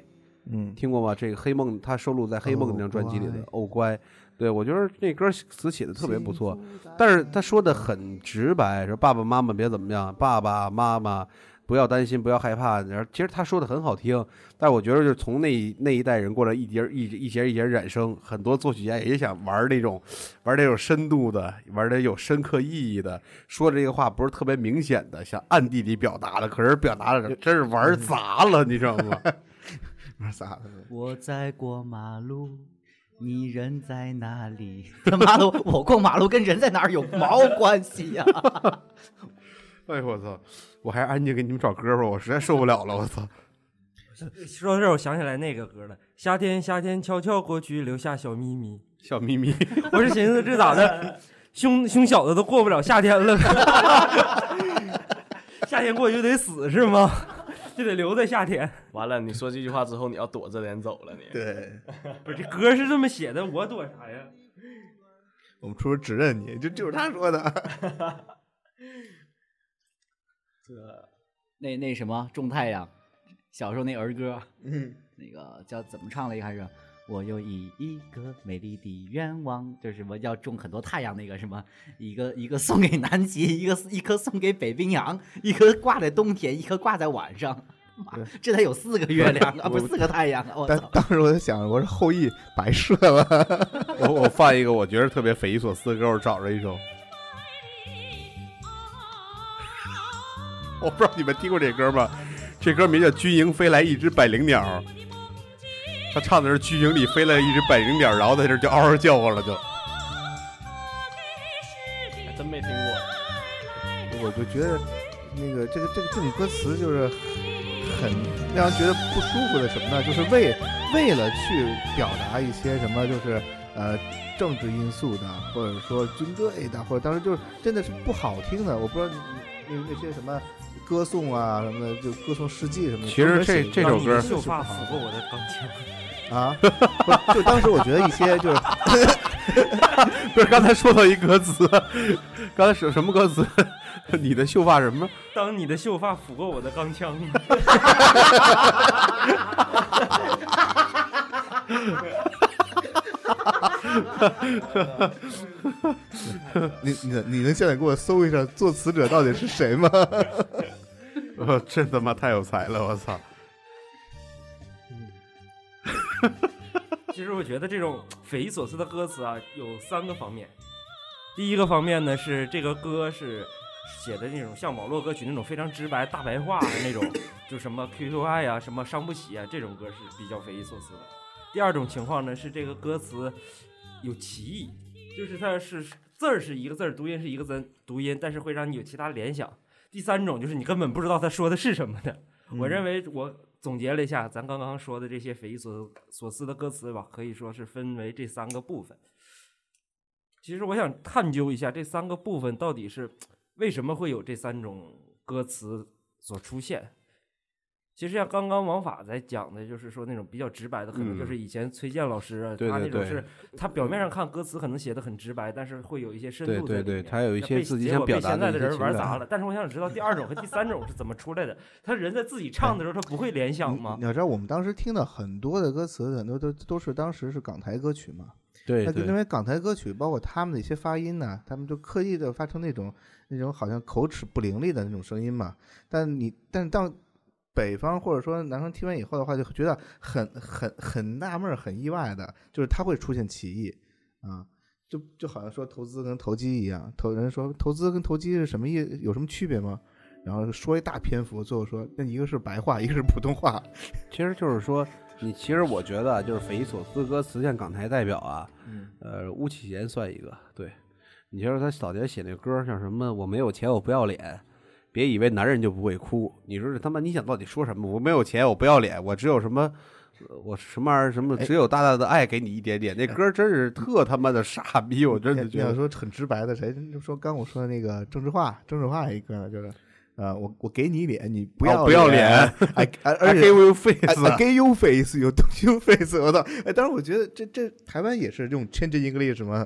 嗯，
听过吗？这个黑梦，他收录在《黑梦》那张专辑里的《哦乖》，对我觉得那歌词写的特别不错，但是他说的很直白，说爸爸妈妈别怎么样，爸爸妈妈不要担心，不要害怕。然后其实他说的很好听，但是我觉得就是从那一那一代人过来一节一一节一节染生，很多作曲家也想玩那种玩那种深度的，玩的有深刻意义的，说这个话不是特别明显的，想暗地里表达的，可是表达的真是玩砸了，你知道吗？
嗯 玩啥的？
我在过马路，你人在哪里？ 他妈的，我过马路跟人在哪儿有毛关系呀、
哎呦我操！我还是安静给你们找歌吧，我实在受不了了，我操！
说到这儿，我想起来那个歌了，《夏天夏天悄悄过去，留下小咪咪
小咪咪，》。
我是寻思这咋的，胸胸小子都过不了夏天了， 夏天过去就得死是吗？ 就得留在夏天。
完了，你说这句话之后，你要躲着脸走了，你
对，
不是这歌是这么写的，我躲啥呀？
我们出指认你，就就是他说的。
那那什么，种太阳，小时候那儿歌，
嗯，
那个叫怎么唱来着？还是我有一一个美丽的愿望，就是什么要种很多太阳那个什么，一个一个送给南极，一个一颗送给北冰洋，一颗挂在冬天，一颗挂在晚上。妈，这才有四个月亮 啊，不是四个太阳啊！我
但
操，
当时我就想，我说后羿白射了，
我我放一个我觉得特别匪夷所思的歌，我找着一首， 我不知道你们听过这歌吗？这歌名叫《军营飞来一只百灵鸟》，他唱的是军营里飞来一只百灵鸟，然后在这就嗷嗷叫唤了，就
还真没听过。
我就觉得那个这个这个这种歌词就是很让人觉得不舒服的什么呢？就是为为了去表达一些什么，就是呃政治因素的，或者说军队的，或者当时就是真的是不好听的。我不知道你你那那些什么歌颂啊什么的，就歌颂事迹什么的。
其实
都是写
这首
让你的
歌
秀发抚过我的钢琴。
啊， 不是就当时我觉得一些就是
不是刚才说到一歌词，刚才是什么歌词？ 你的秀发什么？
当你的秀发抚过我的钢枪，
你你能你能现在给我搜一下作词者到底是 谁吗？
我呃真他妈太有才了，我操！
其实我觉得这种匪夷所思的歌词啊，有三个方面。第一个方面呢是这个歌是写的那种像网络歌曲那种非常直白大白话的那种，就什么 QQI 啊、什么伤不起啊这种歌是比较匪夷所思的。第二种情况呢是这个歌词有歧义，就是它是字儿是一个字儿，读音是一个字儿读音，但是会让你有其他联想。第三种就是你根本不知道他说的是什么的。
嗯
我认为我总结了一下，咱刚刚说的这些匪夷所所思的歌词吧，可以说是分为这三个部分。其实我想探究一下这三个部分到底是为什么会有这三种歌词所出现。其实像刚刚王法在讲的，就是说那种比较直白的，可
嗯
能就是以前崔健老师啊，
对
他那
对
种
对
是他表面上看歌词可能写的很直白，但是会有一些深
对
度在
对
里
对，
面
他有一
那
些
被
自己
结
想
果
表
被
达
现在的
一些
人
情
玩
感。
砸了，但是我想知道第二种和第三种是怎么出来的？他人在自己唱的时候，他不会联想
你
吗
嗯
你？要知道，我们当时听的很多的歌词，很多都都是当时是港台歌曲嘛。
对
那就因
对，
为港台歌曲，包括他们的一些发音呢、他们就刻意的发出那种那种好像口齿不伶俐的那种声音嘛。但你但是到北方或者说南方听完以后的话，就觉得很很很纳闷儿、很意外的，就是它会出现歧义啊。就就好像说投资跟投机一样，投人说投资跟投机是什么意有什么区别吗？然后说一大篇幅，最后说那一个是白话，一个是普通话，
其实就是说，你其实我觉得啊就是匪夷所思歌词，像港台代表啊，呃，巫启贤算一个。对，你就是他早前写那歌儿像什么“我没有钱，我不要脸”，别以为男人就不会哭。你说这他妈你想到底说什么？我没有钱，我不要脸，我只有什么呃我什么玩意儿什么，只有大大的爱给你一点点，那歌真是特他妈的傻逼，我真
你
的
你
觉
要
得。
说很直白的，谁就说刚我说的那个郑智化，郑智化一个就是，呃，我我给你脸，你不
哦
要、
不要 脸，
哎，而而
I
且
give you
I,
face，
I gave you face, you don't you face。我操！哎，当然我觉得这这台湾也是这种 change English 什么，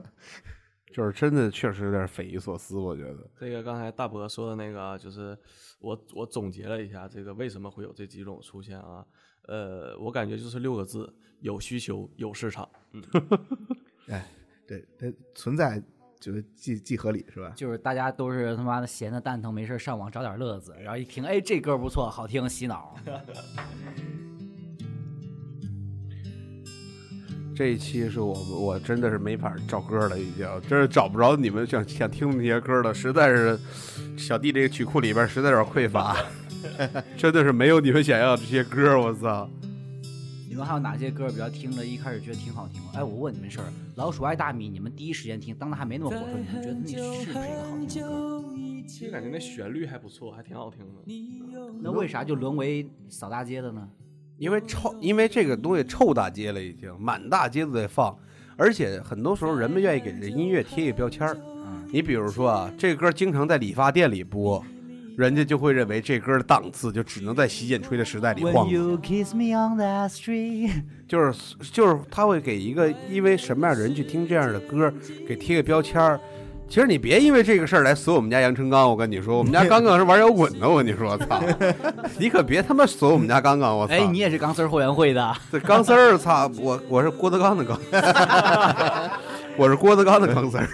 就是真的确实有点匪夷所思，我觉得。
这个刚才大伯说的那个啊，就是我我总结了一下，这个为什么会有这几种出现啊？呃，我感觉就是六个字：有需求，有市场。
对，它存在就是既既合理是吧？
就是大家都是他妈的闲的蛋疼，没事儿上网找点乐子，然后一听，哎，这歌不错，好听，洗脑。
这一期是我我真的是没法找歌了，已经真是找不着你们想想听的那些歌了，实在是小弟这个曲库里边实在有点匮乏， 真的是没有你们想要的这些歌，我操！
你们还有哪些歌比较听着一开始觉得挺好听吗？哎，我问你们事儿，《老鼠爱大米》，你们第一时间听，当它还没那么火的时候，你们觉得那是不是一个好听的歌？
其实感觉那旋律还不错，还挺好听的。
那为啥就沦为扫大街的呢？
因为臭，因为这个东西臭大街了，已经满大街都在放，而且很多时候人们愿意给这音乐贴一个标签儿。你比如说啊，这歌经常在理发店里播，人家就会认为这歌的档次就只能在洗剪吹的时代里晃。
kiss me on that street，
就是就是他会给一个因为什么样的人去听这样的歌，给贴个标签儿。其实你别因为这个事儿来损我们家杨成刚，我跟你说，我们家刚刚是玩摇滚的，我跟你说，操，你可别他妈损我们家刚刚，我操！
哎，你也是钢丝儿后援会的，
这钢丝儿，操！我我是郭德纲的钢，我是郭德纲的钢丝儿，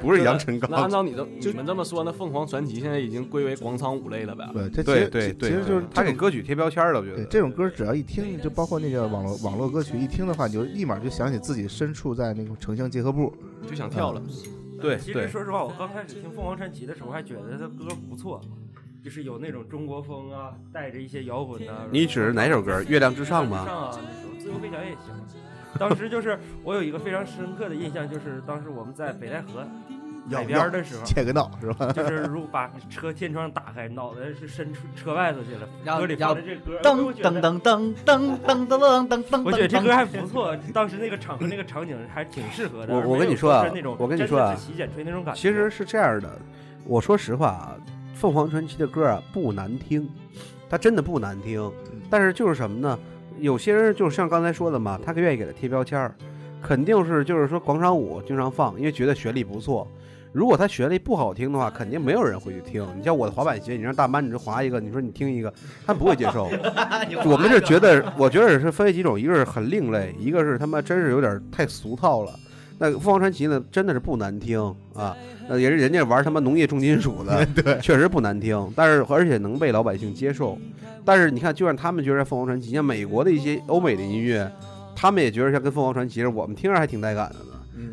不是杨晨
那按
刚。
照你的你们这么说，那凤凰传奇现在已经归为广场舞类了呗？
不，这其
对
实
对对，
其实就是
他
这
给
种
歌曲贴标签了，我觉
对
得
这种歌，只要一听，就包括那个网络网络歌曲，一听的话，你就立马就想起自己身处在那种城乡结合部。
嗯
就想跳了。
对
其
对
实说实话，我刚开始听凤凰传奇的时候，还觉得他歌不错，就是有那种中国风啊，带着一些摇滚啊。
你指的哪首歌？《月亮之上》
吗？
吗？
上啊，那时候自由飞翔也行。当时就是我有一个非常深刻的印象，就是当时我们在北戴河海边儿的时候，
切个闹是吧？
就是如果把车天窗打开，脑袋是伸出车外头去了，
然后
歌里放着这歌，哎
噔
我觉
噔
得
噔噔噔噔噔噔噔噔。
我觉得这歌还不错，当时那个场合那个场景还挺适合的。
我
而
我
没
跟你
有
说啊
是那种
我跟你
真
说
的
啊
是洗剪吹那种感觉。
其实是这样的，我说实话啊，凤凰传奇的歌啊不难听，它真的不难听，
嗯
但是就是什么呢？有些人就是像刚才说的嘛，他愿意给他贴标签儿，肯定是就是说广场舞经常放，因为觉得旋律不错。如果他旋律不好听的话，肯定没有人会去听。你像我的滑板鞋，你让大妈你就滑一个，你说你听一个，他不会接受。 我们是觉得，我觉得是分为几种，一个是很另类，一个是他妈真是有点太俗套了。那凤凰传奇呢，真的是不难听啊，呃，也是人家玩他妈农业重金属 的，对，确实不难听，但是而且能被老百姓接受。但是你看，就让他们觉得凤凰传奇，像美国的一些欧美的音乐，他们也觉得像跟凤凰传奇似的，我们听着还挺带感的呢。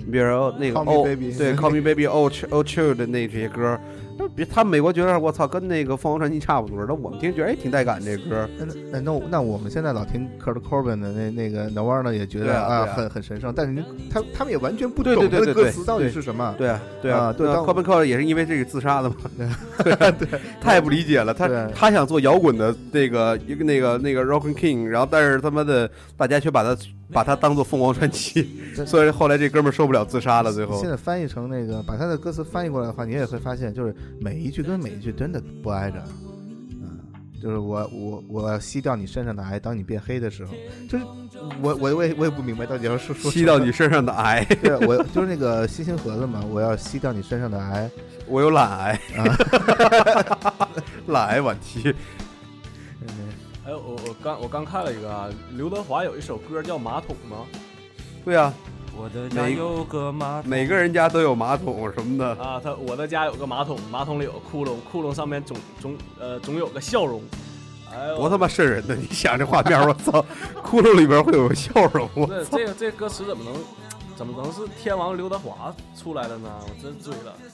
你比如说那个
Call Me
哦，
Baby
对，Call Me Baby，哦哦 Chill 的那这些歌，那比他们美国觉得我操，跟那个凤凰传奇差不多，那我们听觉得哎挺带感这歌，
那那那我那我们现在老听 Kurt Cobain 的那那个 Nirvana 也觉
对
得
啊
啊
对啊
很很神圣，但是你他他们也完全不
对对
懂
对
这
对
个歌
对
词到底
对
是什么。
对啊，对啊，
啊对
那
当
c o b e n c o 也是因为这个自杀的嘛， 对，啊太不理解了。他
对
他想做摇滚的那个一个那个那个 Rock and King，然后但是他妈的大家却把他把他当做凤凰传奇，
这
所以后来这哥们儿受不了自杀了，最后
现。在翻译成那个，把他的歌词翻译过来的话，你也会发现，就是每一句跟每一句真的不挨着。嗯，就是我我我要吸掉你身上的癌，当你变黑的时候，就是我我我也我也不明白到底要说说
吸到
什么
你。身上的癌，
对，我就是那个星星盒子嘛，我要吸掉你身上的癌。
我有懒癌， 懒癌晚期。
哎，我我刚我刚看了一个啊，刘德华有一首歌叫《马桶》吗？
对啊，
我的家
每
有个马桶，
每个人家都有马桶什么的，
啊，他我的家有个马桶，马桶里有窟窿，窟窿上面总总呃总有个笑容。哎呦，
多他妈瘆人的！你想这画面，我操， 窟窿里边会有个笑容，我
这这个这歌词怎么能怎么能是天王刘德华出来的呢？我真醉了。
嗯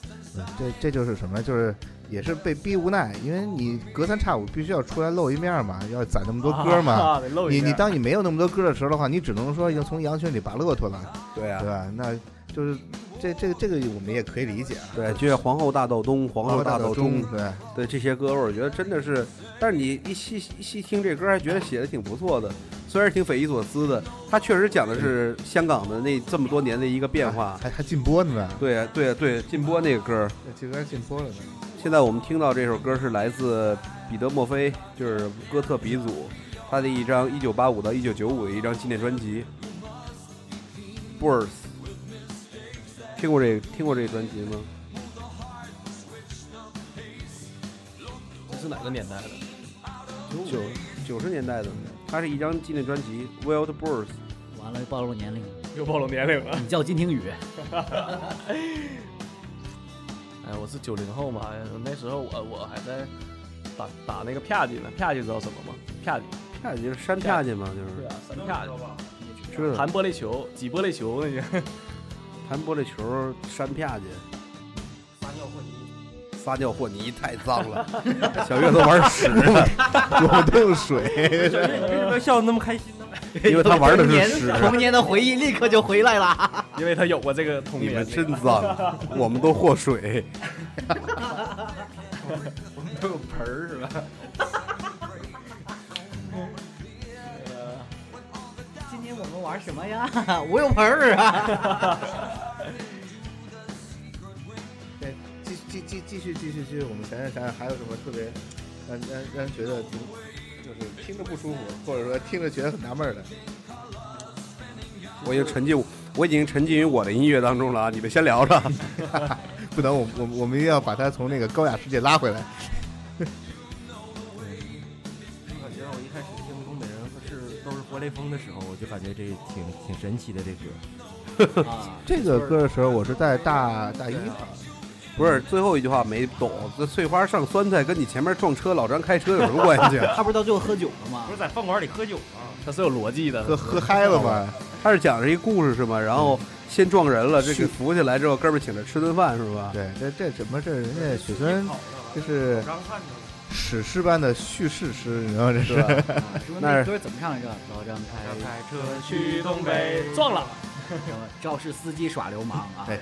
这这就是什么？就是也是被逼无奈，因为你隔三差五必须要出来露一面嘛，要攒那么多歌嘛。
啊、得露一
你你
下
当你没有那么多歌的时候的话，你只能说要从羊群里拔骆驼了，
对啊
对吧？那就是这这这个我们也可以理解啊。
对，就像《皇后大道东》《皇后
大
道中》
中对，
对这些歌，我觉得真的是，但是你一细一细听这歌，还觉得写的挺不错的，虽然挺匪夷所思的，它确实讲的是香港的那这么多年的一个变化。
还还禁播呢，
对啊对对，禁播那个歌，
这歌禁播了 呢。
现在我们听到这首歌是来自彼得·墨菲，就是哥特鼻祖，他的一张1985到1995的一张纪念专辑《Birds》。听过这听过这专辑吗？
这是哪个年代的？
九九十年代的，它是一张纪念专辑《Wild Birds》。
完了，暴露年 龄，
又暴露年龄了。
你叫金庭宇，
哎，我是九零后嘛，哎那时候我我还在打打那个啪叽呢，啪叽知道什么吗？啪叽，
啪叽就是扇啪叽嘛，就是
啊，三啪叽，
知道
弹玻璃球，挤玻璃球那些。
弹玻璃球扇啪叽，撒尿和泥，撒尿和泥太脏 了。小月都玩屎 了，
我们都用水，
为什么笑得那么开心呢？
因为他玩的是屎。
童年的回忆立刻就回来了。
因为他有过这个童
你
年。
们真 脏，我们都祸水。
都有盆儿是吧？
今天我们玩什么呀？ 我有盆儿啊！
对，继继继继续继续继续，我们想想想想还有什么特别让让让人觉得挺就是听着不舒服，或者说听着觉得很纳闷儿的。
我已经沉浸，我已经沉浸于我的音乐当中了啊！你们先聊着。
不能，我我我们一定要把他从那个高雅世界拉回来。
感觉我一开始听东北人是都是活雷锋的时候，我就感觉这挺挺神奇的这歌。
啊
这个歌的时候，我是在大大一吧，
不是最后一句话没懂，这翠花上酸菜跟你前面撞车老张开车有什么关系？啊
他不是到最后喝酒了吗
不？是在饭馆里喝酒吗？
他是有逻辑的。
喝喝嗨了嘛，
他是讲着一故事是吗？然后先撞人了，这
是
个扶起来之后，哥们儿请他吃顿饭是吧？
对，这这怎么这人家雪村就是
张翰呢？
史诗般的叙事诗，你知道这是？
啊说那歌怎么唱来着？老张开
开车呃去东北，
撞了，
肇事司机耍流氓啊！
对，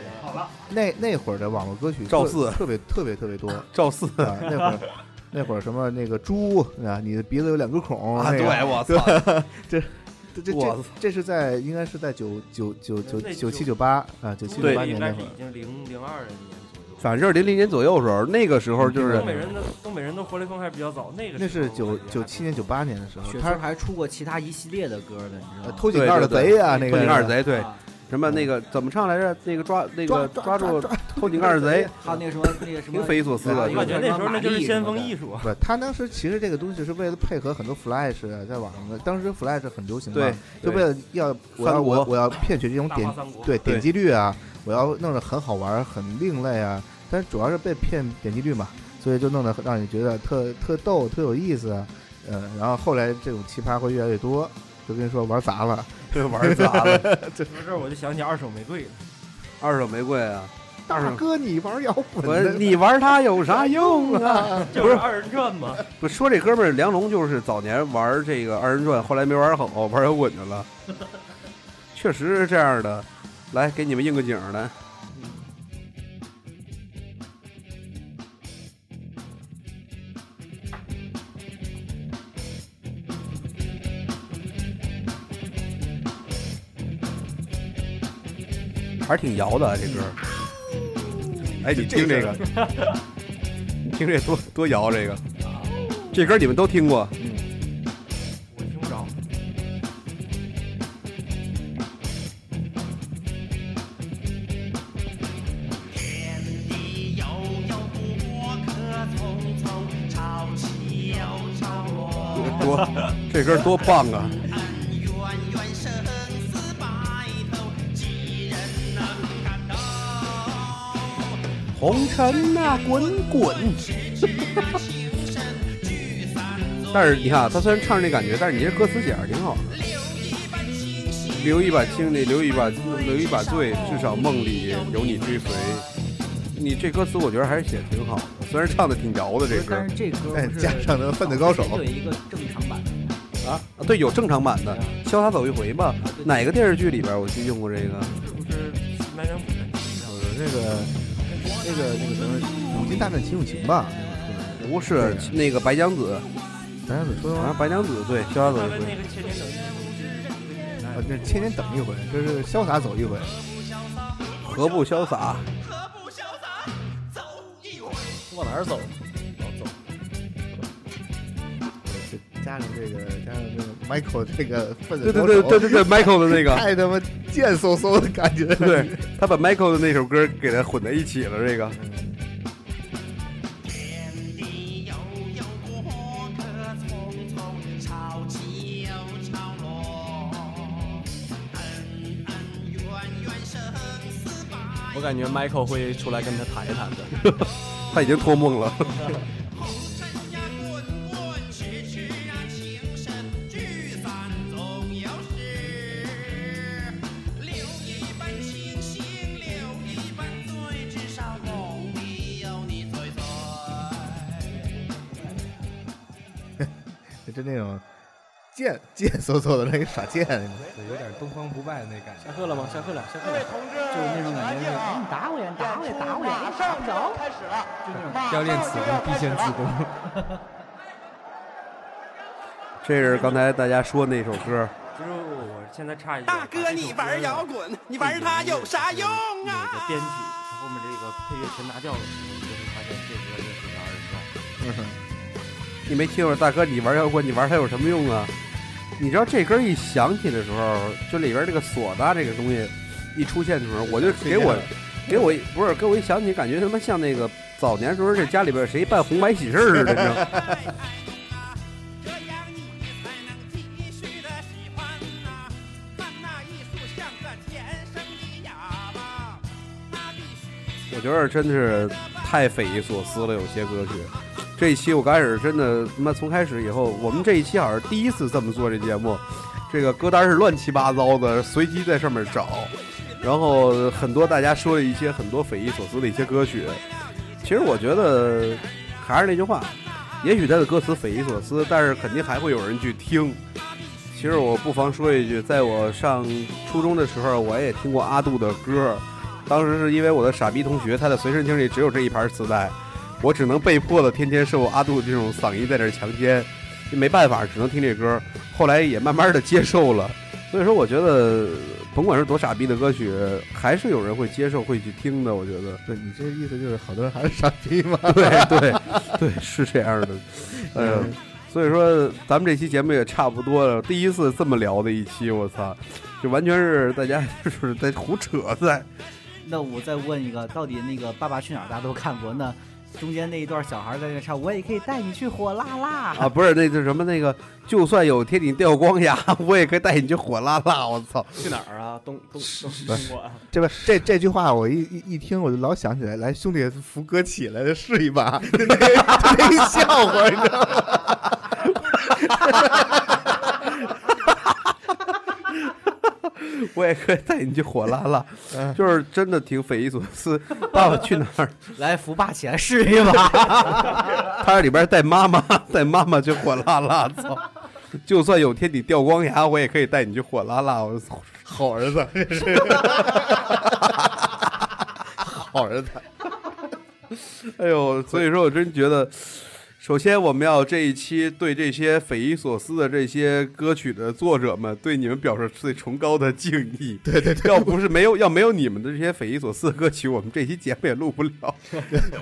那那会儿的网络歌曲
赵
特
四
特别特别特别多啊，
赵四
那会儿。那会儿什么那个猪啊，你的鼻子有两个孔
啊，
那
对
个，
我操，
这这
我
这这是在应该是在九九九九
那
九七九八啊，九七九
对
八
应
年
该
那
是
会
已
儿，
经零零二年左右。
反正就是零零年左右的时候，那个时候嗯就是
东北人的东北人的活雷锋还比较早，那个
那是
时候
九
我感觉
九七年九八年的时候
雪，
他
村还出过其他一系列的歌的，你知
呃
道吗？
偷井盖的贼啊，那
偷
个
井盖儿贼，对
啊
什么那个怎么唱来着？那个抓那个抓住偷井盖儿贼，
还有那个什么那个什么
挺匪夷所思
对
的
啊
我。感觉那时候那就是先锋艺术。
不，他当时其实这个东西是为了配合很多 Flash 啊在网上的，当时 Flash 很流行嘛，
对，
就为了要我
三
要我
国
我要骗取这种
大
点
话三国，
对
对
点击率啊，我要弄得很好玩儿很另类啊，但是主要是被骗点击率嘛，所以就弄得让你觉得特特逗特有意思啊，呃，然后后来这种奇葩会越来越多，就跟你说玩砸了，
对，玩砸了。
说到这儿我就想起二手玫瑰了。
二手玫瑰啊，二
大
手
哥你玩摇滚
我
的，
你玩它有啥用啊？
就是二人转嘛，
不说这哥们儿梁龙就是早年玩这个二人转，后来没玩好，玩摇滚去了。确实是这样的，来给你们应个景儿来。还是挺摇的、啊、这歌儿，哎，你听这个，你听这多多摇这个，这歌儿你们都听过，
我听不着。
天地悠悠，不可匆匆，潮起又潮落。
多这歌多棒啊！
恩怨怨，生死白头，几人能看透？
红尘呐、滚滚。
痴痴啊，情深聚散作。
但是你看，啊，他虽然唱这感觉，但是你这歌词写的挺好的。留一把清泪，留一把留一把醉，至少梦里有你追随。你这歌词我觉得还是写的挺好的，虽然唱的挺摇的这歌
但是这歌
哎
不是
加上那个分子高手
早年就有一个正常版的，
啊，啊对，啊有正常版的《潇洒走一回》吧？哪个电视剧里边我记得用过这个？
是不是南阳府的？
那个那个那个什么《古今大战秦俑情》吧，那
不是啊
对
呃那个白娘子，
个出来，咱怎么说
好像
呢？
白娘子对，萧
他
子
跟那
对，
个千年等一
啊，这千年等一回，这是潇洒走一回。
何不潇洒？
往哪儿走？往走。
这加上这个，加上这个 Michael 这个分
对对对对对 对，Michael 的那个，
太他妈贱嗖嗖的感觉。
对他把 Michael 的那首歌给他混在一起了，这个
天地悠悠，过客匆匆，潮起又潮落，恩恩怨怨，生死百
我感觉 Michael 会出来跟他谈一谈的。
他已经托梦了。
红尘呀，滚滚痴痴啊，情深聚散总有时。留一半清醒，留一半醉，至少梦里有你醉醉。
就那种贱贱嗖嗖的那个耍贱，
有点东方不败那感觉。
下课了吗？下课了，下课了。
就是那种感觉，就是哎你打我呀，你打我呀，打我呀，哎打不着，
要练此功，必先自宫。
这是刚才大家说那首歌，
就是我现在插一句，
大哥，你玩摇滚，你玩它有啥用啊？
哪个编曲是后面这个配乐全拿掉了，你就会发现这歌真是让人爽。
你没听过大哥，你玩摇滚，你玩它有什么用啊？你知道这歌一响起的时候，就里边这个唢呐这个东西一出现的时候，我就给我给我一不是给我一想起，感觉他妈像那个早年时候这家里边谁办红白喜事儿似的，你知道吗？
这样你才能继续的喜欢呐、看那艺术像个天生的哑巴，那必须
我觉得真是太匪夷所思了，有些歌曲。这一期我刚开始真的他妈从开始以后，我们这一期好像是第一次这么做这节目，这个歌单是乱七八糟的，随机在上面找，然后很多大家说了一些很多匪夷所思的一些歌曲。其实我觉得还是那句话，也许它的歌词匪夷所思，但是肯定还会有人去听。其实我不妨说一句，在我上初中的时候，我也听过阿杜的歌，当时是因为我的傻逼同学，他的随身听里只有这一盘磁带，我只能被迫的天天受阿杜这种嗓音在这儿强奸，没办法，只能听这歌。后来也慢慢的接受了，所以说我觉得，甭管是多傻逼的歌曲，还是有人会接受、会去听的。我觉得，
对你这意思就是好多人还是傻逼吗？
对 对对，是这样的，呃，所以说咱们这期节目也差不多了，第一次这么聊的一期，我操，就完全是大家就是在胡扯 在。
那我再问一个，到底那个《爸爸去哪儿》大家都看过，那中间那一段小孩在那唱，我也可以带你去火辣辣。
啊，不是，那是什么那个，就算有天顶掉光牙，我也可以带你去火辣辣。我操，
去哪儿啊？东东东东莞。
这不这这句话我一一一听我就老想起来，来兄弟扶哥起来试一把，就那个就那个笑话，你知道吗？
我也可以带你去火辣辣，就是真的挺匪夷所思。爸爸去哪儿？
来扶爸起来试一把，
他里边带妈 妈，带妈妈去火辣辣。 操，就算有天你掉光牙，我也可以带你去火辣辣。我操，
好 儿子，这是好儿子。
哎呦，所以说我真觉得，首先我们要这一期对这些匪夷所思的这些歌曲的作者们，对你们表示最崇高的敬意。 对对对，要不是没有要没有你们的这些匪夷所思的歌曲，我们这期节目也录不了，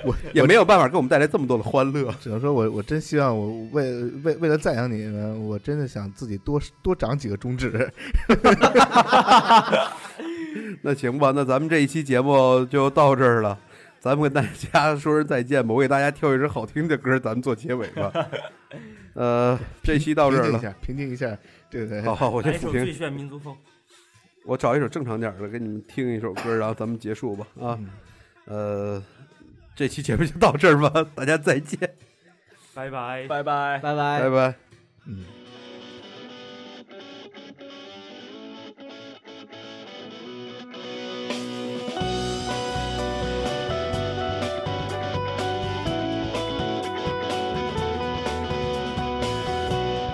我
也没有办法给我们带来这么多的欢乐。
只能说我我真希望我为为为了赞扬你们，我真的想自己多多长几个中指。
那行吧，那咱们这一期节目就到这儿了。咱们跟大家说声再见吧，我给大家挑一首好听的歌，咱们做结尾 吧。呃，这期到这
平
儿
静一
了，
下，平静一下，哎对对
好，好，我
来
先抚
一首
平
最。炫民族风，
我找一首正常点儿的给你们听一首歌，然后咱们结束吧啊，
嗯
呃，这期节目就到这儿吧，大家再见，
拜拜。
拜拜。
拜
哎
拜
拜。拜。
嗯
我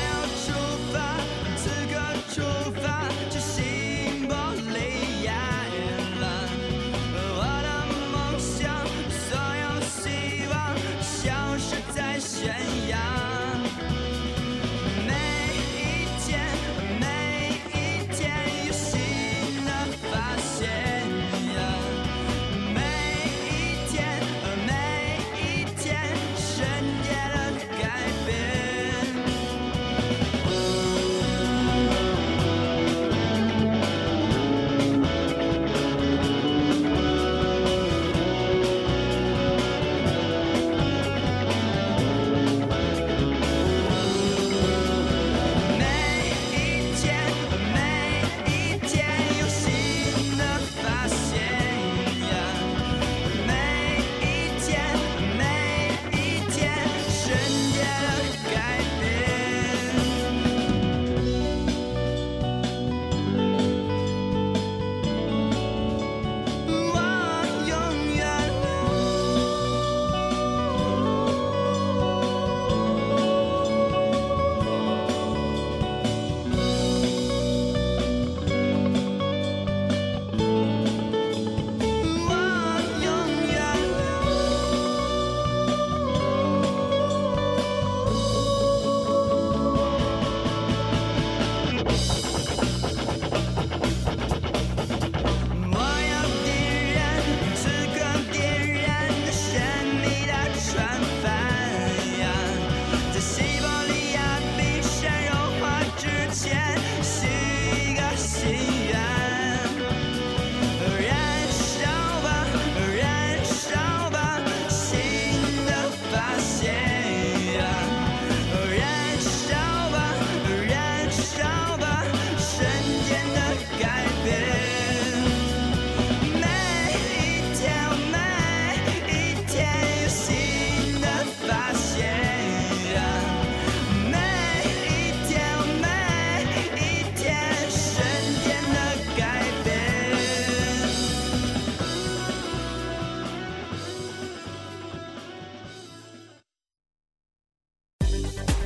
要去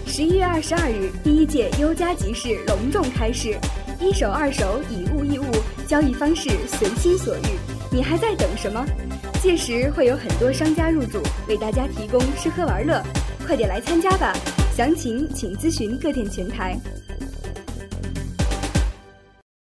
十一月二十二日，第一届优家集市隆重开市，一手二手以物易物，交易方式随心所欲。你还在等什么？届时会有很多商家入驻，为大家提供吃喝玩乐，快点来参加吧！详情请咨询各店前台。